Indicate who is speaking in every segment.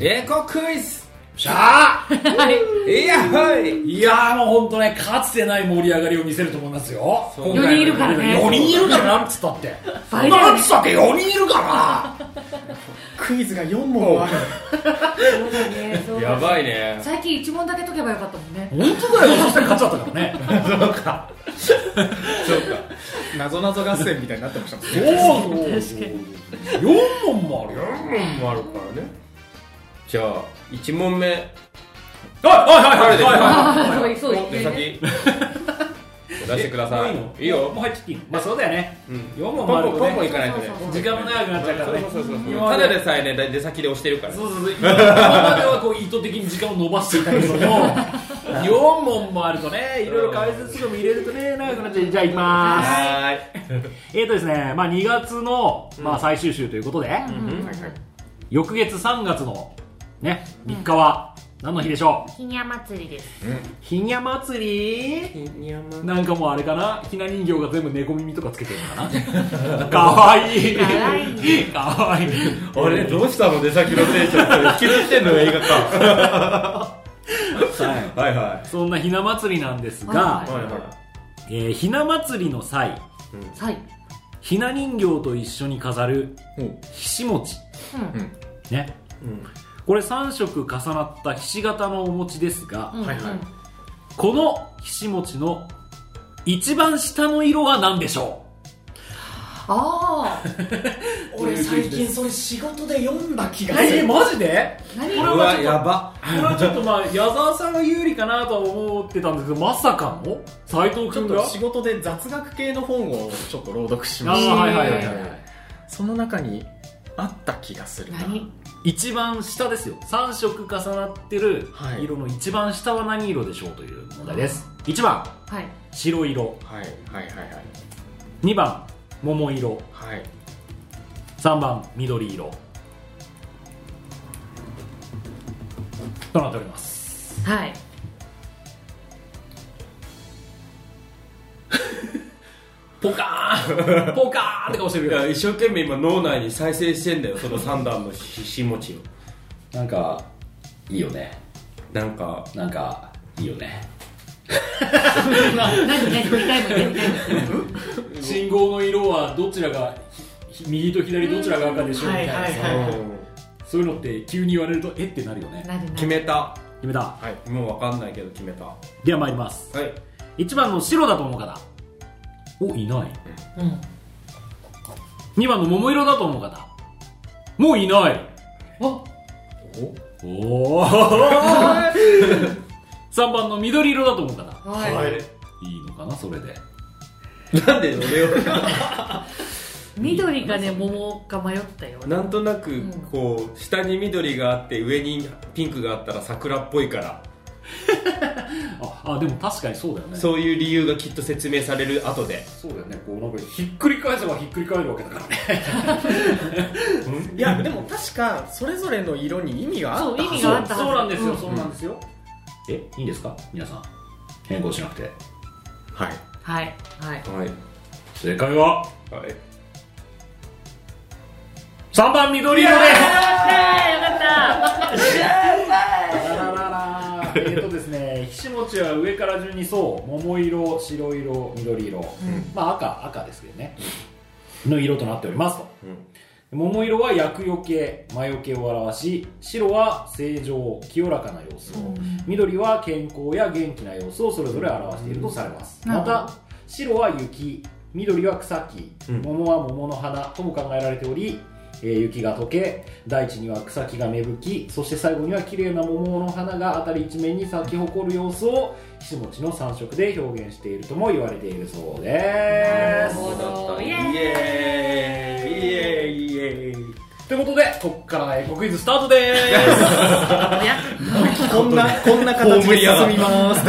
Speaker 1: エコクイズ
Speaker 2: しゃあ
Speaker 1: いやはい
Speaker 2: いやーもう本当ね、かつてない盛り上がりを見せると思いますよ。
Speaker 1: そう四
Speaker 2: 今回
Speaker 1: 人いる
Speaker 3: からね
Speaker 2: 4人いるからなんつったって。
Speaker 3: 倍だよね
Speaker 2: なんつったって4人いるか
Speaker 4: クイズが4問は
Speaker 3: そうだねそ うだね
Speaker 1: やばいね
Speaker 3: 最近一問だけ解けばよかったもんね
Speaker 2: ら。本当だよ、そしたら勝っちゃったからね。そうか。
Speaker 4: そうか謎謎合戦みたいになってましたもんね
Speaker 2: そう4問もあるよ。
Speaker 1: 4問もあるからねじゃあ1問目
Speaker 2: はいはいはいはいはいはい。
Speaker 3: あそうそう
Speaker 1: で
Speaker 3: 言ってね
Speaker 1: 先出してください
Speaker 2: えもう
Speaker 1: いいよ
Speaker 2: もう入っちゃっていいのまあそうだよね。
Speaker 1: うん
Speaker 2: 4問
Speaker 1: ポン
Speaker 2: もある
Speaker 1: ポン
Speaker 2: よ
Speaker 1: ポンポン
Speaker 2: ね
Speaker 1: い。かないとね
Speaker 3: そうそうそう
Speaker 2: 時間も長くなっちゃうからね。
Speaker 1: そうそうそう
Speaker 2: 今ま
Speaker 1: た
Speaker 2: で
Speaker 1: だでさえね出先で押してるから
Speaker 2: そうそう そう今まではこう意図的に時間を延ばしていたけども 4問もあるとねいろいろ解説とかも入れるとね長くなっちゃうじゃあいきます
Speaker 1: は
Speaker 2: えーとですね、まあ、2月の、まあ、最終週ということで、翌月3月の、ね、3日は何の日でしょう
Speaker 3: ひにゃ祭りです
Speaker 2: ひにゃ祭り
Speaker 1: ーい
Speaker 2: なんかもうあれかなひな人形が全部猫耳とかつけてるのかなかわいい
Speaker 3: かわい
Speaker 2: かわいい
Speaker 1: あれどうしたの出先のテンション 引きずってんのよ映画館
Speaker 2: はい
Speaker 1: はいは
Speaker 2: そんなひな祭りなんですが、
Speaker 3: はい
Speaker 1: はいは
Speaker 2: えーひな祭りの際
Speaker 3: はい
Speaker 2: ひな人形と一緒に飾る
Speaker 4: うん
Speaker 2: ひし餅
Speaker 3: うん
Speaker 2: ね
Speaker 1: いうん
Speaker 2: これ3色重なったひし形のお餅ですが、
Speaker 3: うん
Speaker 4: はいはい
Speaker 2: このひし餅の一番下の色は何でしょ
Speaker 3: ああ
Speaker 4: 俺最近それ仕事で読んだ気
Speaker 2: う
Speaker 4: がする
Speaker 2: マジで
Speaker 3: 何
Speaker 2: これ
Speaker 1: う
Speaker 2: は
Speaker 1: わ
Speaker 2: ちょっと
Speaker 1: やば
Speaker 2: これはちょっとまあ矢沢さんが有利かなとは思ってたんですけどまさかの斎藤
Speaker 4: ち
Speaker 2: 君
Speaker 4: ょっ
Speaker 2: が
Speaker 4: と仕事で雑学系の本をちょっと朗読し
Speaker 2: あ
Speaker 4: まし
Speaker 2: ー
Speaker 4: た
Speaker 2: はいはいはいはい
Speaker 4: その中にあった気がするな
Speaker 3: 何
Speaker 2: 一番下ですよ3色重なってる
Speaker 4: はい
Speaker 2: 色の一番下は何色でしょうという問題です1番
Speaker 3: はい
Speaker 2: 白色
Speaker 4: はいはいはい
Speaker 2: 2番桃色
Speaker 4: はいはい
Speaker 2: 3番緑色となっております
Speaker 3: はい
Speaker 2: ポカーンポカーンって顔してる
Speaker 1: い
Speaker 2: よ
Speaker 1: や一生懸命今脳内に再生してんだよその三段のひし餅を
Speaker 5: なんかいいよね
Speaker 1: なんか
Speaker 5: なんかいいよね
Speaker 3: 何何何見たいもん見たいもん
Speaker 2: 信号の色はどちらがひ右と左どちらが赤でしょうみたいなさ、
Speaker 4: はいはい
Speaker 2: そういうのって急に言われるとえってなるよね
Speaker 3: なるな
Speaker 1: 決
Speaker 3: る
Speaker 1: めた
Speaker 2: 決めた
Speaker 1: もうわかんないけど決めたは
Speaker 2: では参ります
Speaker 1: い
Speaker 2: 1番の白だと思う方おいない
Speaker 3: うん
Speaker 2: 2番の桃色だと思う方もういない
Speaker 3: お
Speaker 2: おお3 番の緑色だと思う方
Speaker 3: はい
Speaker 5: いいのかなそれで
Speaker 1: なんで俺を
Speaker 3: 緑がね桃か迷ったよ
Speaker 1: なんとなくこう下に緑があって上にピンクがあったら桜っぽいから
Speaker 2: ああでも確かにそうだよね
Speaker 1: そういう理由がきっと説明される後で
Speaker 5: そうだよねこうなんか
Speaker 2: ひっくり返せばひっくり返るわけだからね
Speaker 4: いやでも確かそれぞれの色に意味があっ
Speaker 3: そ
Speaker 4: た
Speaker 3: う 意味
Speaker 2: そう
Speaker 3: があったはず
Speaker 2: そうなんですよ、
Speaker 3: うん
Speaker 2: そうなんですよ
Speaker 5: えいいんですか皆さん変更しなくて
Speaker 4: はい
Speaker 3: はいはい
Speaker 1: はい
Speaker 5: 正解は
Speaker 1: はい
Speaker 2: 3番緑色で
Speaker 3: あーよかっ
Speaker 2: あ
Speaker 3: た
Speaker 2: らららえーとですね、ひしもちは上から順にそう桃色白色緑色、まあ赤赤ですけどねの色となっておりますと桃色は厄除け魔除けを表し白は正常清らかな様子を、緑は健康や元気な様子をそれぞれ表しているとされます、
Speaker 3: うん
Speaker 2: また白は雪緑は草木、
Speaker 1: うん
Speaker 2: 桃は桃の花とも考えられており、えー雪が溶け大地には草木が芽吹きそして最後には綺麗な桃の花が辺り一面に咲き誇る様子をひしもちの3色で表現しているとも言われているそうで
Speaker 3: なる
Speaker 2: す
Speaker 3: ほどイ
Speaker 1: イ
Speaker 3: エ
Speaker 1: エ
Speaker 3: ーイ
Speaker 1: ーイイエーイイエーイ
Speaker 2: ということでこっからエコクイズスタートで ーす
Speaker 3: おや
Speaker 4: こんなこんな形で進みます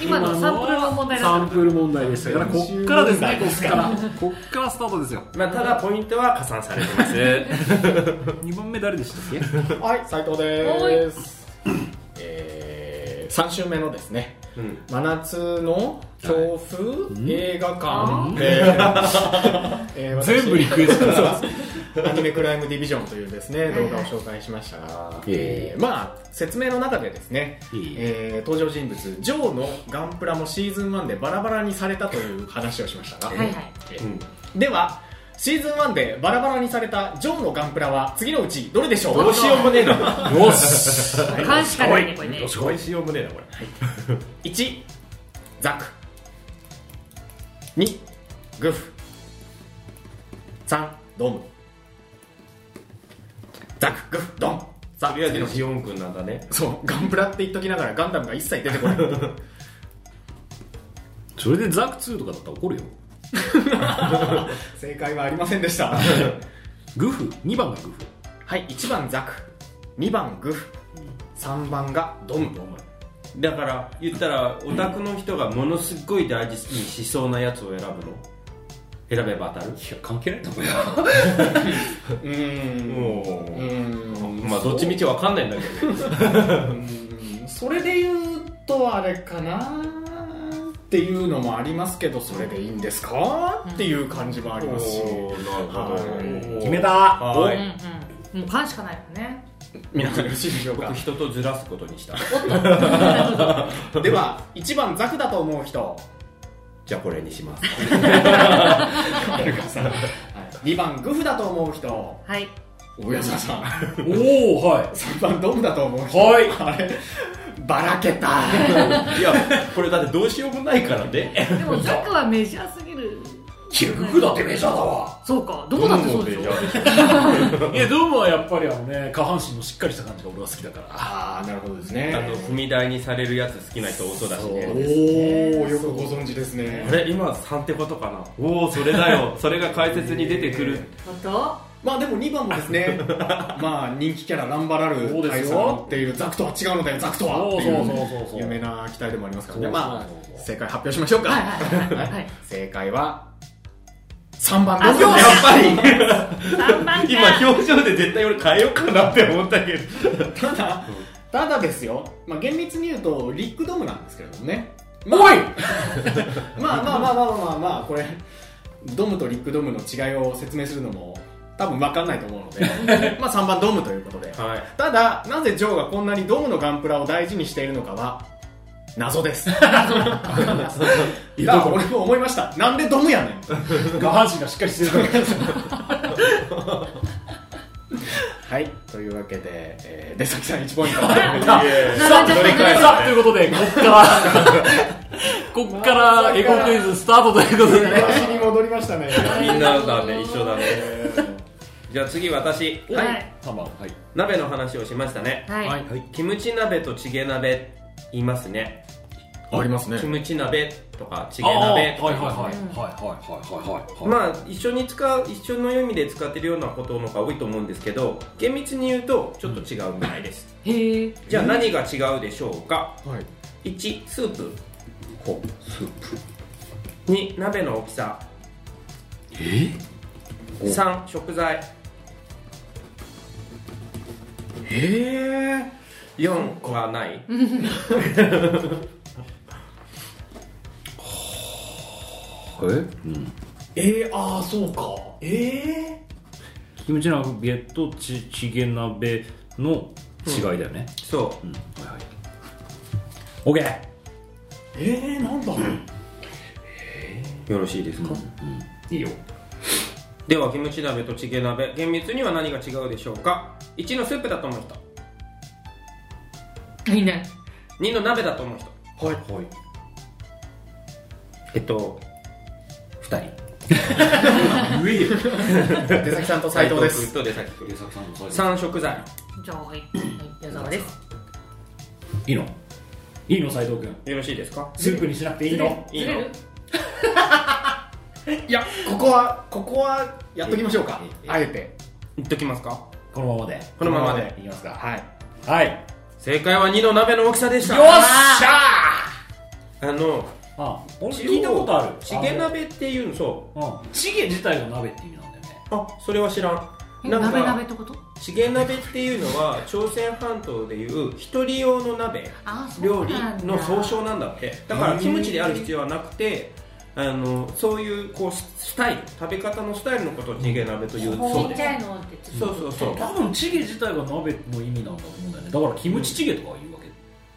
Speaker 3: 今のサンプルの問題だ
Speaker 2: サ
Speaker 3: っ
Speaker 2: ンプル問題でしたからこっからですねこっからこっからスタートですよ
Speaker 1: まあただポイントは加算されてます
Speaker 2: 2番目誰でしたっけ
Speaker 4: はい斉藤ですえー、3週目のですね
Speaker 1: うん
Speaker 4: 真夏の強風映画館、えーえー私
Speaker 2: 全部リクエスト
Speaker 4: アニメクライムディビジョンというですね動画を紹介しましたが、えーまあ説明の中でですね、えー登場人物ジョーのガンプラもシーズン1でバラバラにされたという話をしました
Speaker 3: は
Speaker 4: が、
Speaker 3: いはい
Speaker 4: えーではシーズン1でバラバラにされたジョーのガンプラは次のうちどれでしょう
Speaker 1: どうしようもねえな。
Speaker 2: よし
Speaker 3: 感しかないねこれね
Speaker 1: どうしようもねえな、これ。
Speaker 4: 1ザク2グフ3ドムザクグフドンさあ
Speaker 1: とりあえず、ジオン君なんだね。
Speaker 4: そうガンプラって言っときながらガンダムが一切出てこない
Speaker 5: それでザク2とかだったら怒るよ
Speaker 4: 正解はありませんでした
Speaker 5: グフ2番がグフ
Speaker 4: はい1番ザク2番グフ3番がドム
Speaker 1: だから、言ったら、オタクの人がものすごい大事にしそうなやつを選ぶの。選べば当たる
Speaker 5: いや関係ないと思うよ
Speaker 4: うーんう
Speaker 1: もう
Speaker 4: ーん
Speaker 1: まあ、どっちみちわかんないんだけど。
Speaker 4: それで言うとあれかなっていうのもありますけどそれでいいんですかっていう感じもありますし
Speaker 1: なる
Speaker 4: はい
Speaker 2: 決めた
Speaker 1: は
Speaker 3: うん
Speaker 1: い。
Speaker 3: うんもう感しかないよね
Speaker 4: 皆さんよろしいでしょうか
Speaker 1: 僕、人とずらすことにした。
Speaker 4: では1番ザクだと思う人
Speaker 1: じゃあ、これにします。
Speaker 4: 2番グフだと思う人
Speaker 3: はい
Speaker 4: 大安さん
Speaker 2: おおは
Speaker 4: 3番ドムだと思う
Speaker 2: い
Speaker 4: 人
Speaker 2: はい
Speaker 4: あればらけた
Speaker 1: いや、これだってどうしようもないからね。
Speaker 3: でもザクはメジャーすぎる
Speaker 5: いやグフだってメジャーだわ
Speaker 3: そうかどうだってそうでしょ
Speaker 2: いやドームはやっぱりあのね下半身のしっかりした感じが俺は好きだから
Speaker 4: ああなるほどです
Speaker 1: あ
Speaker 4: ね
Speaker 1: の、踏み台にされるやつ好きな人多そうだし
Speaker 4: お
Speaker 1: ね。
Speaker 4: およくご存知ですね
Speaker 1: あれ今3ってことかなおおそれだ よそれが解説に出てくる
Speaker 3: 本当
Speaker 4: まあでも2番もです ねまあ人気キャラランバラル
Speaker 2: そうですよ
Speaker 4: のっていうザクとは違うのだよザクとはってい
Speaker 2: そうそうそうそうそう
Speaker 4: 有名な機体でもありますか
Speaker 2: そうそ
Speaker 4: らね
Speaker 2: うそう
Speaker 4: まあ正解発表しましょうか
Speaker 3: はいはいはい はい
Speaker 4: 正解は3番
Speaker 3: あ
Speaker 4: です
Speaker 3: そうだ
Speaker 4: やっぱり
Speaker 3: 3番か
Speaker 1: 今表情で絶対俺変えようかなって思ったけど
Speaker 4: ただ、ただですよ、まあ、厳密に言うと、リックドムなんですけれどもね。
Speaker 2: おい
Speaker 4: まあまあまあまあまあまあ、まあ、これ、ドムとリックドムの違いを説明するのも、多分分かんないと思うので、 まあ3番ドムということで。
Speaker 1: はい
Speaker 4: ただ、なぜジョーがこんなにドムのガンプラを大事にしているのかは、謎です。 いや、俺も思いました。なんでドムやねん。
Speaker 2: 下半身がしっかりしてるから
Speaker 4: はい、というわけで、えー、出先さん1ポイント。
Speaker 2: さあ、
Speaker 3: 並んじゃった
Speaker 2: さあということで、こっから、こっからエコクイズスタートということでね。
Speaker 4: 私に戻りましたね。
Speaker 1: みんなだね一緒だねじゃあ次私
Speaker 3: はいはい
Speaker 2: 3番、はい。
Speaker 1: 鍋の話をしましたね
Speaker 3: はい
Speaker 1: キムチ鍋とチゲ鍋言いますね
Speaker 4: ありますね
Speaker 1: キムチ鍋とかチ
Speaker 2: あ
Speaker 1: ゲ
Speaker 2: あ、は
Speaker 1: 鍋
Speaker 2: いはい
Speaker 1: とか
Speaker 2: はいはいはいはいはい。
Speaker 1: まあ一緒に使う一緒の意味で使ってるようなことの方が多いと思うんですけど厳密に言うとちょっと違うみたいです
Speaker 3: へえ
Speaker 1: じゃあ何が違うでしょうか
Speaker 4: はい。
Speaker 1: 1スープほスープ2鍋の大きさえ3食材
Speaker 4: ええ
Speaker 1: 4はない
Speaker 4: ええああそうかえ
Speaker 5: キムチ鍋とチチゲ鍋の違いだよね、
Speaker 1: そう
Speaker 5: うんはいはいオッケー
Speaker 4: えええなんだ
Speaker 1: よろしいですか、
Speaker 5: いいよ
Speaker 1: ではキムチ鍋とチゲ鍋厳密には何が違うでしょうか1のスープだと思う人
Speaker 3: いいね
Speaker 1: 2の鍋だと思う人
Speaker 4: はいはい
Speaker 1: えっと2人
Speaker 4: 出崎さんと斉藤です
Speaker 1: と出崎君
Speaker 5: 優作さんの最後
Speaker 1: 3食材
Speaker 3: じゃあはいはい矢沢です
Speaker 5: いいの
Speaker 2: いいの、斉藤君。
Speaker 1: よろしいですか
Speaker 2: スープにしなくていいの
Speaker 1: いいの
Speaker 3: ずれる
Speaker 4: いやここはここはやっときましょうか
Speaker 1: ええ
Speaker 4: あえて
Speaker 1: 言っときますか
Speaker 2: このままで。
Speaker 1: このままで
Speaker 2: いきますか。
Speaker 4: はい
Speaker 2: はい。
Speaker 1: 正解は2の鍋の大きさでした
Speaker 2: よっしゃ
Speaker 1: あの
Speaker 2: ーあ、俺聞いたことある。
Speaker 1: チゲ鍋っていうのそ
Speaker 2: あの。うん。チゲ自体が鍋って意味なんだよね。
Speaker 1: うあそれは知らん
Speaker 3: え
Speaker 1: なんか
Speaker 3: 鍋鍋ってこと
Speaker 1: チゲ鍋っていうのは朝鮮半島でいう一人用の鍋
Speaker 3: あーそう
Speaker 1: 料理
Speaker 3: なんだ
Speaker 1: の総称なんだってだからキムチである必要はなくてあのそういうこうススタイル食べ方のスタイルのことをチゲ鍋というそうで
Speaker 3: ちっ
Speaker 1: す
Speaker 3: ちゃいのって
Speaker 1: そうそうそう
Speaker 5: 多分チゲ自体が鍋の意味なんだと思うんだよねだからキムチチゲとか言うわけ、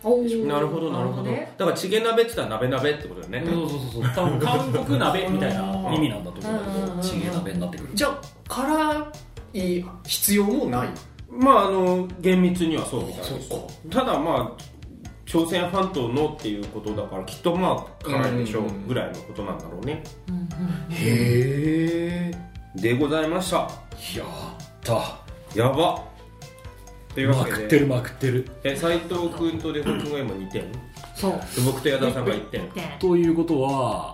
Speaker 3: お
Speaker 1: なるほどなるほどだ
Speaker 3: ね
Speaker 1: からチゲ鍋って言ったら鍋鍋ってことだよね、
Speaker 5: そうそうそうそう多分韓国鍋みたいな意味なんだと思うんだ
Speaker 3: う
Speaker 5: け
Speaker 3: んうんうんうん
Speaker 5: どチゲ鍋になってくる
Speaker 4: じゃあ辛い必要もない
Speaker 1: まああの厳密にはそうみたいですただまあ朝鮮半島のっていうことだからきっとまあ辛いでしょうぐらいのことなんだろうね、
Speaker 3: うんうん
Speaker 4: へえ
Speaker 1: でございました
Speaker 2: やった
Speaker 1: やばという
Speaker 2: ま
Speaker 1: わ
Speaker 2: くっ
Speaker 1: け
Speaker 2: て
Speaker 1: で
Speaker 2: るまくってる
Speaker 1: え斎藤君とデフ君が今2点
Speaker 3: そう
Speaker 1: で僕と矢田さんが1点
Speaker 3: 点
Speaker 2: ということは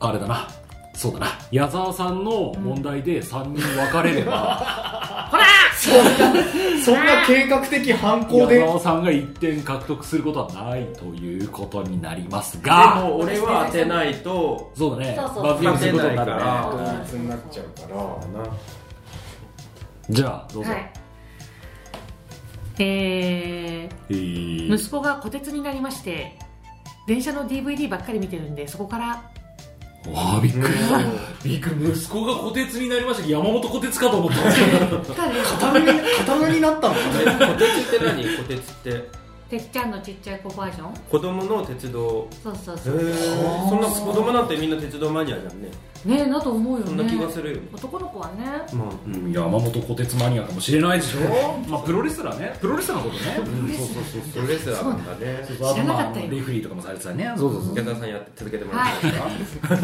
Speaker 2: あれだなそうだな矢沢さんの問題で3人分かれれ ば、
Speaker 4: そんな計画的犯行
Speaker 2: 矢
Speaker 4: で
Speaker 2: 沢さんが1点獲得することはないということになります
Speaker 1: で
Speaker 2: が
Speaker 1: も俺は当てないと
Speaker 2: そうだね
Speaker 3: そうそう
Speaker 2: 罰ゲームすることになるね
Speaker 1: 勝
Speaker 3: てない
Speaker 4: 同一になっちゃうから
Speaker 1: な
Speaker 2: じゃあどうぞ、
Speaker 3: はいえ
Speaker 2: えー
Speaker 3: ー、息子がこてつになりまして電車の DVD ばっかり見てるんでそこから
Speaker 2: わあびっくりした
Speaker 5: びっくり息子が虎鉄になりましたけど山本虎鉄かと思ったんです
Speaker 4: 片目に片目になったのか
Speaker 1: えこてつって何こてつって
Speaker 3: てっちゃんのちっちゃい子バージョン
Speaker 1: 子供の鉄道
Speaker 3: そうそう
Speaker 1: へ
Speaker 3: そう
Speaker 1: えそんな子供なんてみんな鉄道マニアじゃんね
Speaker 3: ねえなと思うよね
Speaker 1: そんな気がするよね
Speaker 3: 男の子はね
Speaker 1: まあ
Speaker 2: うん山本虎鉄マニアかもしれないでしょ、まあ、プロレスラーねプロレスラーのことね、うんそうそうそう
Speaker 1: プロレスラーなんだね
Speaker 2: そうあと
Speaker 3: 知らな
Speaker 2: ま
Speaker 3: か
Speaker 2: あ
Speaker 3: ったよ
Speaker 2: レフリーとかもされてたねそうそうそう
Speaker 1: 矢田さんやって続けてもらっていいですか、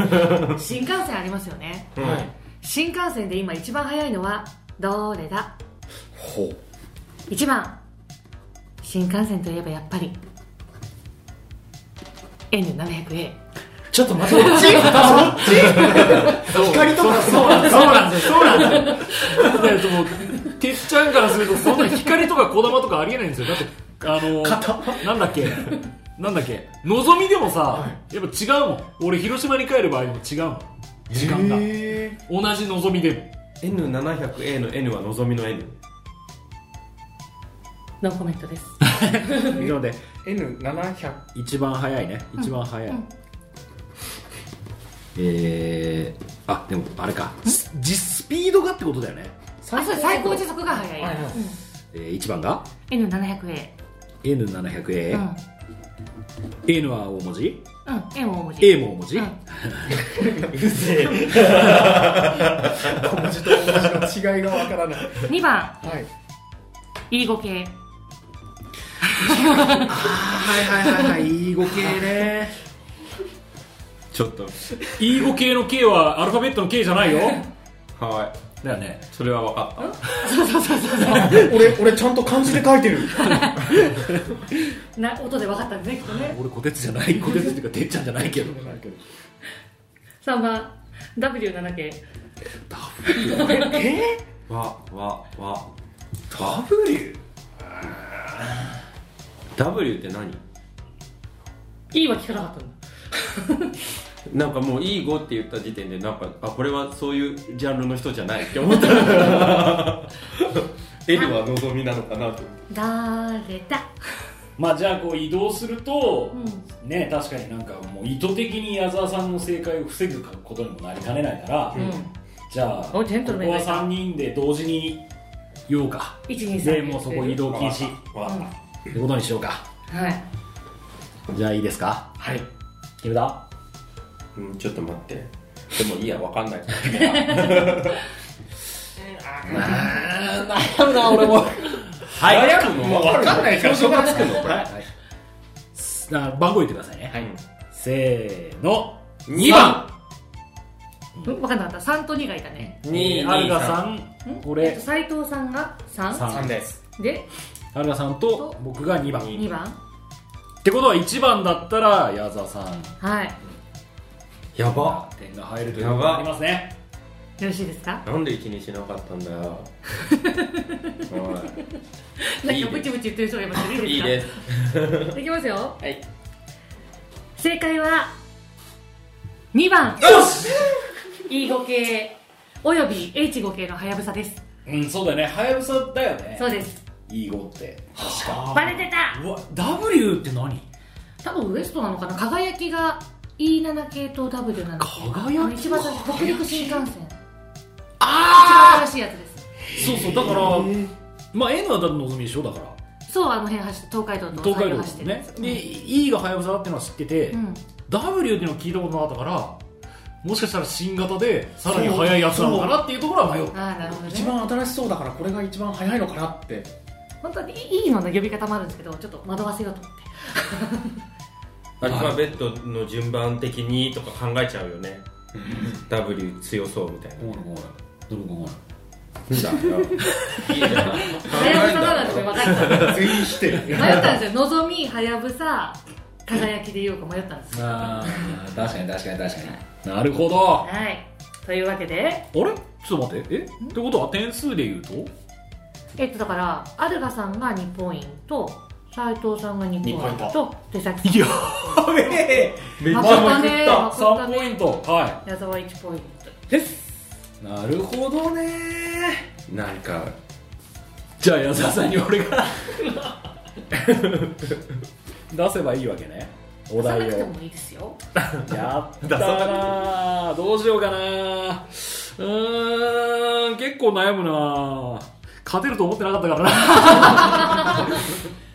Speaker 3: 新幹線ありますよね
Speaker 1: うん
Speaker 4: はい
Speaker 3: 新幹線で今一番早いのはどれだ
Speaker 4: ほう
Speaker 3: 1番新幹線といえばやっぱり N700A
Speaker 2: ちょっと待ってそっ
Speaker 4: 光とかそ
Speaker 2: ち
Speaker 4: う
Speaker 2: そうなんですよそうなんですよだってもうてっちゃんからするとそんな光とかこだまとかありえないんですよだってあのなんだっけなんだっけのぞみでもさ、やっぱ違うもん俺広島に帰る場合も違うもん時間が
Speaker 4: へ
Speaker 2: 同じのぞみで も
Speaker 1: N700A の N はのぞみの N
Speaker 3: のコメントです
Speaker 2: なので
Speaker 4: え N700
Speaker 2: 一番早いね一番早い、えー、あでもあれかす実スピードがってことだよね、
Speaker 3: あそう最高時速が速い、
Speaker 4: はいはい
Speaker 2: えー、1番が
Speaker 3: うん N700A う
Speaker 2: N700A、
Speaker 3: ん、うん
Speaker 2: N は大文字
Speaker 3: A も大文字
Speaker 2: A も大文字、
Speaker 3: うん
Speaker 4: 小文字と大文字の違いがわからない
Speaker 3: 2番
Speaker 4: はい
Speaker 3: いい語系
Speaker 2: はいはいはいはいいい語形ね
Speaker 1: ちょっと
Speaker 5: 英語系の K はアルファベットの K じゃないよ
Speaker 1: はい
Speaker 2: だよね
Speaker 1: それは分かっ
Speaker 4: 俺俺ちゃんと漢字で書いてる
Speaker 3: な音で分かったんですねきっとね
Speaker 2: 俺こてつじゃないこてつっていうかてっちゃんじゃないけど
Speaker 3: 3番 W7K
Speaker 4: え
Speaker 1: たわわわ
Speaker 4: W?
Speaker 1: W って何
Speaker 3: E は聞かなかったんだ
Speaker 1: なんかもういい語って言った時点でなんかあこれはそういうジャンルの人じゃないって思った N はのぞみなのかなと
Speaker 3: 誰だ
Speaker 5: まあじゃあこう移動すると、
Speaker 3: う
Speaker 5: ね確かになんかもう意図的に矢沢さんの正解を防ぐことにもなりかねないから、じゃあここ
Speaker 3: お
Speaker 5: はい
Speaker 3: ジェントルメンだ
Speaker 5: 3人で同時に言おうか
Speaker 3: 123
Speaker 5: でもうそこ移動禁止
Speaker 3: うんは
Speaker 2: ってことにしようか
Speaker 3: い
Speaker 2: じゃあいいですか
Speaker 4: はい
Speaker 2: 決めた
Speaker 1: うんちょっと待ってでもいいや分かんない
Speaker 2: 悩むな俺も
Speaker 1: はい早く
Speaker 4: もうわかんないからしょうがない
Speaker 1: のこれはい、
Speaker 2: あ番号言ってくださいね、
Speaker 1: はい、
Speaker 2: せーの
Speaker 1: 2番
Speaker 3: うん分かんなかった3と2がいたね
Speaker 1: 2
Speaker 2: アルガさん
Speaker 3: んえっ
Speaker 2: 俺
Speaker 3: と斉藤さんが3
Speaker 4: 3
Speaker 2: 3
Speaker 4: です
Speaker 3: で
Speaker 2: アルガさんと僕が2番っ
Speaker 3: 2番
Speaker 2: てことは1番だったら矢沢さん
Speaker 3: はい
Speaker 1: やば
Speaker 2: 点が入るという
Speaker 1: や
Speaker 2: ことにな
Speaker 1: ば
Speaker 2: りますね
Speaker 3: よろしいですか
Speaker 1: なんで一にしなかったんだ よお
Speaker 3: なん
Speaker 1: いいです
Speaker 3: かブチブチ言ってる人がいますけど
Speaker 1: い
Speaker 3: い
Speaker 1: い
Speaker 3: い
Speaker 1: い
Speaker 3: で
Speaker 1: ですす
Speaker 3: かいきますよ
Speaker 1: はい
Speaker 3: 正解は2番
Speaker 1: よし
Speaker 3: E 語系および H 語系のはやぶさです
Speaker 2: うんそうだよねはやぶさだよね
Speaker 3: そうです
Speaker 2: いい語って確か
Speaker 3: バレてた
Speaker 2: うわ W って何
Speaker 3: 多分ウエストなのかな輝きが E7 系と W7 系
Speaker 2: 輝き
Speaker 3: 一番最初北陸新幹線一番
Speaker 2: あ
Speaker 3: 新しいやつです
Speaker 2: そうそうだから、まあ N はだのぞみでしょだから
Speaker 3: そうあの辺走って東海道と
Speaker 2: 東海道で
Speaker 3: 走
Speaker 2: す
Speaker 3: ってるや
Speaker 2: ね
Speaker 3: つ
Speaker 2: で E がはやぶさだっていうのは知ってて、
Speaker 3: うん
Speaker 2: W っていうのを聞いたことなかったからもしかしたら新型でさらに速いやつなのかなっていうところは迷う
Speaker 3: ああなるほどね
Speaker 4: 一番新しそうだからこれが一番早いのかなって
Speaker 3: 本当にいいのの呼び方もあるんですけどちょっと惑わせようと思って
Speaker 1: アルファベットの順番的にとか考えちゃうよね W 強そうみたいな
Speaker 2: ごめんごめんどれごめん
Speaker 1: いいじゃない
Speaker 3: はやぶさなんですね分かった
Speaker 4: 全員否定
Speaker 3: 迷ったんですよのぞみはやぶさ輝きで言おうか迷ったんですよ
Speaker 2: あー確かに確かに確かになるほどあ
Speaker 3: はいというわけで
Speaker 2: れちょっと待ってえってことは点数で言うと
Speaker 3: えっとだからアルガさんが2ポイント斉藤さんが2ポイン
Speaker 4: 二ポイン
Speaker 3: ト手先
Speaker 2: いや
Speaker 1: めっち
Speaker 3: ま
Speaker 1: ゃ
Speaker 3: くった
Speaker 1: まく
Speaker 3: ね
Speaker 1: った
Speaker 3: まくった
Speaker 2: 3
Speaker 3: ね
Speaker 2: ポイントは
Speaker 3: 矢沢1ポイント
Speaker 2: いですなるほどね
Speaker 1: なんか
Speaker 2: じゃあ矢沢さんに俺 が出せばいいわけねお
Speaker 3: 出さ
Speaker 2: 題
Speaker 3: なくて
Speaker 2: を
Speaker 3: もいいですよ
Speaker 2: やったなあどうしようかなあうーん結構悩むなあ勝てると思ってなかったからな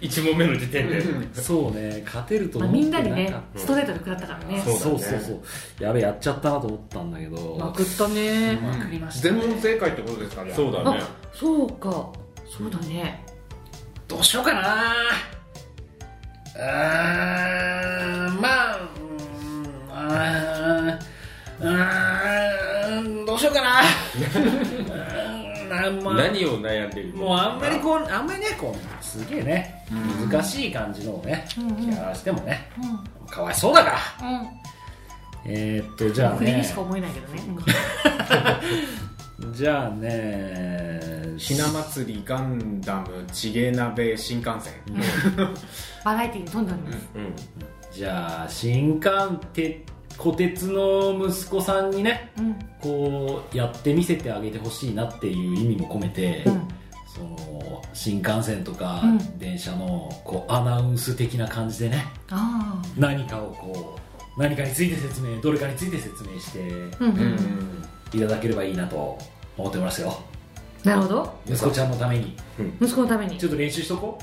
Speaker 1: 1問目の時点で
Speaker 2: そうね勝てると
Speaker 3: まあ、
Speaker 2: 思っ
Speaker 3: み
Speaker 2: て
Speaker 3: ん
Speaker 2: な
Speaker 3: な
Speaker 2: かった、
Speaker 3: にねストレートで食らったからね
Speaker 1: そう
Speaker 2: そう
Speaker 1: だ
Speaker 2: そ
Speaker 1: ね
Speaker 2: うそうやべやっちゃったなと思ったんだけど
Speaker 3: まくったねまくりました
Speaker 4: 全問正解ってことですかね
Speaker 1: そうだね
Speaker 3: あそうかそうだね
Speaker 2: どうしようかなうーんまあうーんうーんどうしようかなうーんまあ
Speaker 1: 何を悩んでるの
Speaker 2: もうあんまりこうあんまりねこうすげえね難しい感じのをね
Speaker 3: うんうん
Speaker 2: やらしてもね
Speaker 3: うん
Speaker 2: かわいそうだから
Speaker 3: う
Speaker 2: えー、っとじゃ
Speaker 3: ん
Speaker 2: あ
Speaker 3: 振りに
Speaker 2: ね
Speaker 3: しか思えないけどね
Speaker 2: じゃあね
Speaker 4: ひな祭りガンダムちげ鍋新幹線
Speaker 3: バラエティーに飛んでおります
Speaker 1: うん
Speaker 2: じゃあ新幹鉄虎鉄の息子さんにね
Speaker 3: うん
Speaker 2: こうやって見せてあげてほしいなっていう意味も込めて、
Speaker 3: うん
Speaker 2: その新幹線とか
Speaker 3: うん
Speaker 2: 電車のこうアナウンス的な感じでね
Speaker 3: あ
Speaker 2: 何かをこう何かについて説明どれかについて説明して
Speaker 3: あうんうんうん
Speaker 2: いただければいいなと思ってますよ
Speaker 3: なるほど
Speaker 2: 息子ちゃんのために
Speaker 3: 息子のために
Speaker 2: ちょっと練習しとこ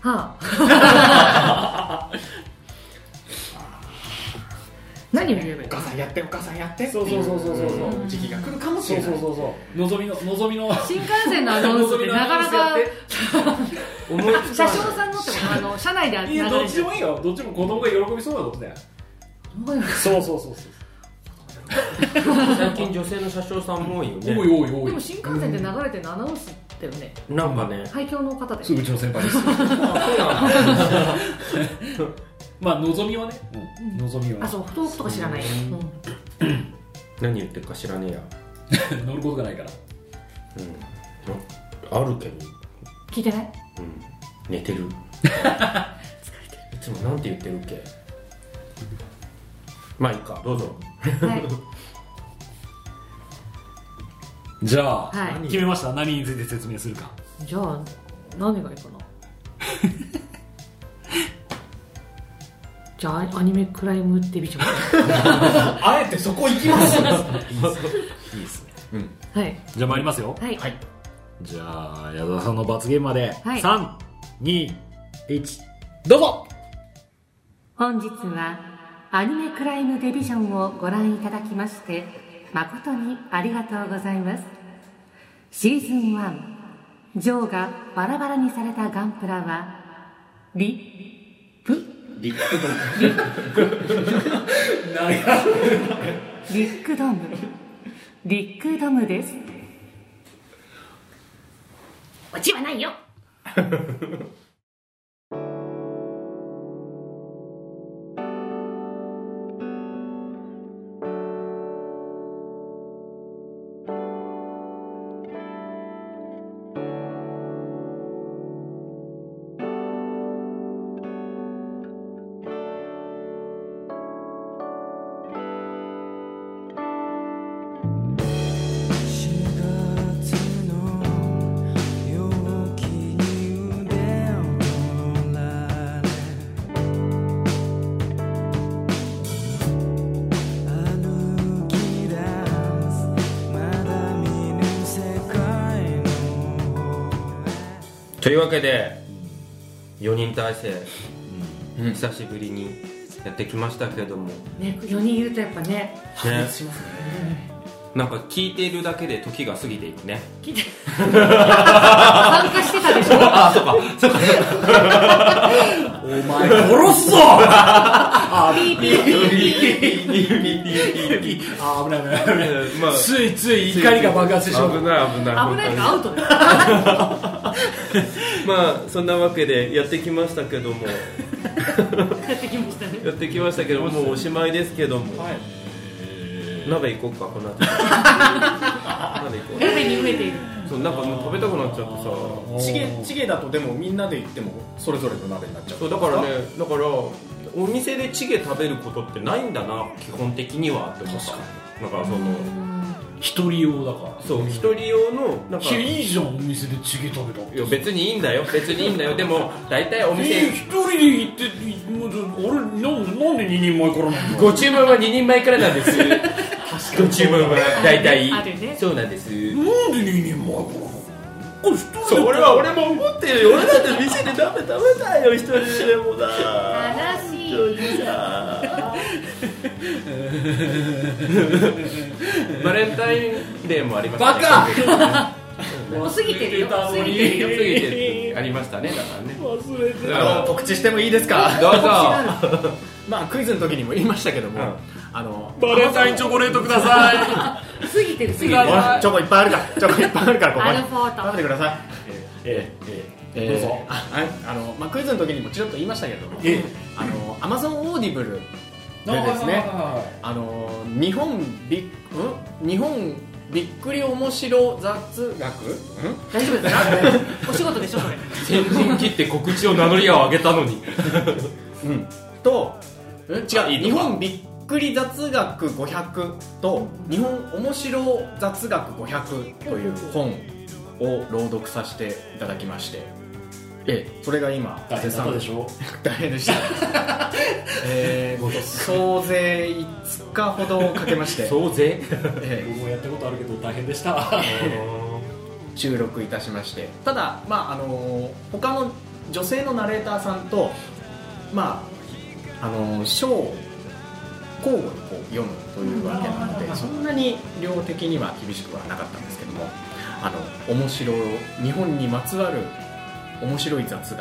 Speaker 3: はあ何を言えばいい
Speaker 4: お母さんやってお母さんやって
Speaker 2: うそうそうそうそうそうそう
Speaker 4: うん時期が来るかもし
Speaker 2: そ
Speaker 4: れ
Speaker 2: う
Speaker 4: ない
Speaker 2: そうそうそうのぞみののぞみの
Speaker 3: 新幹線のアナウンスってなかなか
Speaker 2: 思いつ
Speaker 3: 車
Speaker 2: か
Speaker 3: 掌さんのってことあの車内で
Speaker 2: い
Speaker 3: 流
Speaker 2: やど
Speaker 3: れ
Speaker 2: っち
Speaker 3: て
Speaker 2: で
Speaker 3: る
Speaker 2: もいいよどっちも子供が喜びそうなことだよそうそうそうそ
Speaker 1: 最近女性の車掌さんも多いよね
Speaker 2: うおいおいお
Speaker 3: で
Speaker 2: い
Speaker 3: も新幹線で流れてるのアナウンスだよね
Speaker 1: なんかね
Speaker 3: 廃墟の方で
Speaker 2: そううちの先輩ですまあのぞみはね、
Speaker 3: うん
Speaker 2: のぞみは
Speaker 3: あそう東北とか知らないようん
Speaker 1: 何言ってるか知らねえや
Speaker 2: 乗ることがないから
Speaker 1: うんあるけど
Speaker 3: 聞いてない
Speaker 1: うん寝てるいつもなんて言ってるっけまあいいかどうぞ
Speaker 3: はい
Speaker 2: じゃあ、
Speaker 3: はい
Speaker 2: 決めました何について説明するか
Speaker 3: じゃあ何がいいかなじゃあアニメクライムデビジョン
Speaker 4: あえてそこ行 きます
Speaker 2: いいですね
Speaker 3: はい
Speaker 2: じゃあ参りますよ
Speaker 3: はい、
Speaker 4: はい
Speaker 2: じゃあ矢沢さんの罰ゲームまで、
Speaker 3: はい
Speaker 2: 321どうぞ
Speaker 3: 本日はアニメクライムデビジョンをご覧いただきまして誠にありがとうございますシーズン1ジョーがバラバラにされたガンプラはリプ
Speaker 4: リ
Speaker 3: リ
Speaker 4: ッ
Speaker 3: ックドムリックドムですオチはないよ
Speaker 6: 「4月の陽気に腕を
Speaker 1: というわけで4人体制、久しぶりにやってきましたけれどもね
Speaker 3: ね、4人いるとやっぱね、
Speaker 4: しますね
Speaker 1: なんか聞いているだけで時が過ぎていくね
Speaker 3: 聞いて参加してたでし ょ
Speaker 1: あそうかそうか
Speaker 2: お前殺すぞあ
Speaker 3: ピーピー
Speaker 2: あ危ない危ない危ない
Speaker 1: まあ
Speaker 2: ついつい怒りが爆発してしまう
Speaker 1: 危ない危ない
Speaker 3: 危ないからアウトだよ
Speaker 1: まあそんなわけでやってきましたけども
Speaker 3: やってきましたね
Speaker 1: やってきましたけどもうおしまいですけども、
Speaker 4: はい
Speaker 1: 鍋行こうかこの後鍋行こ
Speaker 3: 鍋に飢えている
Speaker 1: うそうなんかもう食べたくなっちゃってさ
Speaker 4: チゲチゲだとでもみんなで行ってもそれぞれの鍋になっちゃう
Speaker 1: そうだからねだからお店でチゲ食べることってないんだな基本的にはって思っただからその
Speaker 2: 一人用だから
Speaker 1: そう一人用のなんか
Speaker 2: いやいいじゃんお店でチゲ食べた
Speaker 1: いや別にいいんだよ別にいいんだよでも大体お
Speaker 2: え
Speaker 1: 店
Speaker 2: 一人で行ってもう俺なんなんで二人前からなんだ
Speaker 1: ご注文は2人前からなんです ご注文は大体
Speaker 3: あるね
Speaker 1: そうなんです
Speaker 2: なんで二人前からこれ一人
Speaker 1: それは俺も思ってるよ俺だって店で食べ食べたいよ一人でもな
Speaker 3: 悲しい
Speaker 1: バレンタインデーもありました
Speaker 2: バカ
Speaker 3: もう過ぎてるよ過ぎてるよ
Speaker 1: 過ぎてるありましたねだからね
Speaker 2: 忘れて
Speaker 1: だか
Speaker 4: あの
Speaker 1: ら
Speaker 4: 告知してもいいですか
Speaker 1: どうぞ
Speaker 4: まあクイズの時にも言いましたけども、
Speaker 1: うん
Speaker 4: あの
Speaker 2: バレンタインチョコレートくださ い
Speaker 3: 過ぎてる過ぎてる
Speaker 4: おいチョコいっぱいあるからチョコいっぱいあるからここ
Speaker 3: ア
Speaker 4: に
Speaker 3: ルフォー
Speaker 4: 食べ
Speaker 3: ト
Speaker 4: てください
Speaker 2: ええええどうぞ
Speaker 4: あはいあの、まあ、クイズの時にもちらっと言いましたけども、
Speaker 2: ええ
Speaker 4: あのアマゾンオーディブルでですねあの日本びん日本びっくり面白雑学ん
Speaker 3: 大丈夫ですかお仕事でしょそれ
Speaker 1: 先陣切って告知を名乗りを上げたのに
Speaker 4: うん、と、うん、違う
Speaker 1: いいの
Speaker 4: 日
Speaker 1: か
Speaker 4: 本びっくり雑学500と日本面白雑学500という本を朗読させていただきましてええそれが今
Speaker 2: 大変だったでし
Speaker 4: ょ
Speaker 2: ょ
Speaker 4: 大変でした えー、総勢5日ほどかけまして、
Speaker 1: 総勢
Speaker 4: ええ
Speaker 2: 僕もやったことあるけど大変でした
Speaker 4: 収録いたしましてただまああの他の女性のナレーターさんとまああの章を交互にこう読むというわけなのでそんなに量的には厳しくはなかったんですけどもあの面白い日本にまつわる面白い雑学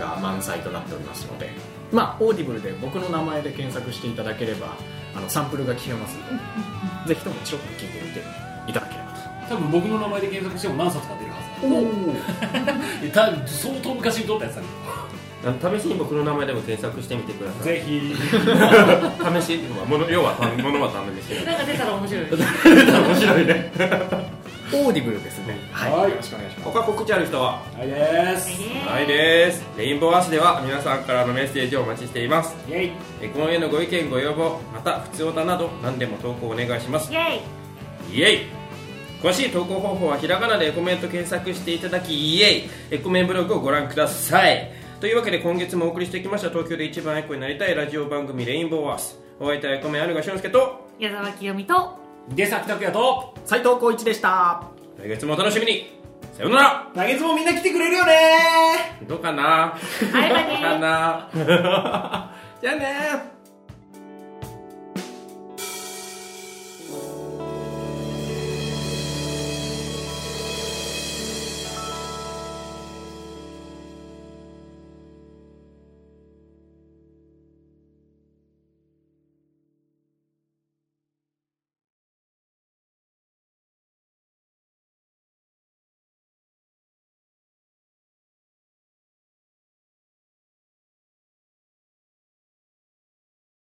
Speaker 4: が満載となっておりますのでまあオーディブルで僕の名前で検索していただければあのサンプルが消えますのでぜひともちょっと聞いてみていただければと
Speaker 2: 多分僕の名前で検索しても何冊か出るはずいや多分相当昔に撮ったやつだけ
Speaker 1: あの試しに僕の名前でも検索してみてくだ
Speaker 2: ど
Speaker 1: さい
Speaker 2: ぜひ
Speaker 1: 試しっていうのはもの要はものは試し
Speaker 3: なんか出たら面白い
Speaker 1: 面白いね
Speaker 4: オーディブルですね。
Speaker 2: はい
Speaker 4: よろしくお願いします。
Speaker 1: 他告知ある人は
Speaker 2: はいです
Speaker 1: ないですレインボーアッシュでは皆さんからのメッセージをお待ちしています
Speaker 2: イェイ
Speaker 1: エコンへのご意見ご要望また普通だなど何でも投稿お願いします
Speaker 3: イエイ
Speaker 1: イエイ詳しい投稿方法はひらがなでエコメント検索していただきイエイエコメンブログをご覧くださいというわけで今月もお送りしてきました東京で一番エコになりたいラジオ番組レインボーアースお相手はエコメンアルガ俊介と
Speaker 3: 矢沢清美と
Speaker 2: 出先拓也と
Speaker 4: 斉藤浩一でした。
Speaker 1: 来月もお楽しみにさようなら
Speaker 2: 投げつもみんな来てくれるよね
Speaker 1: どうかな
Speaker 3: バイバイ
Speaker 1: どうかな じゃあね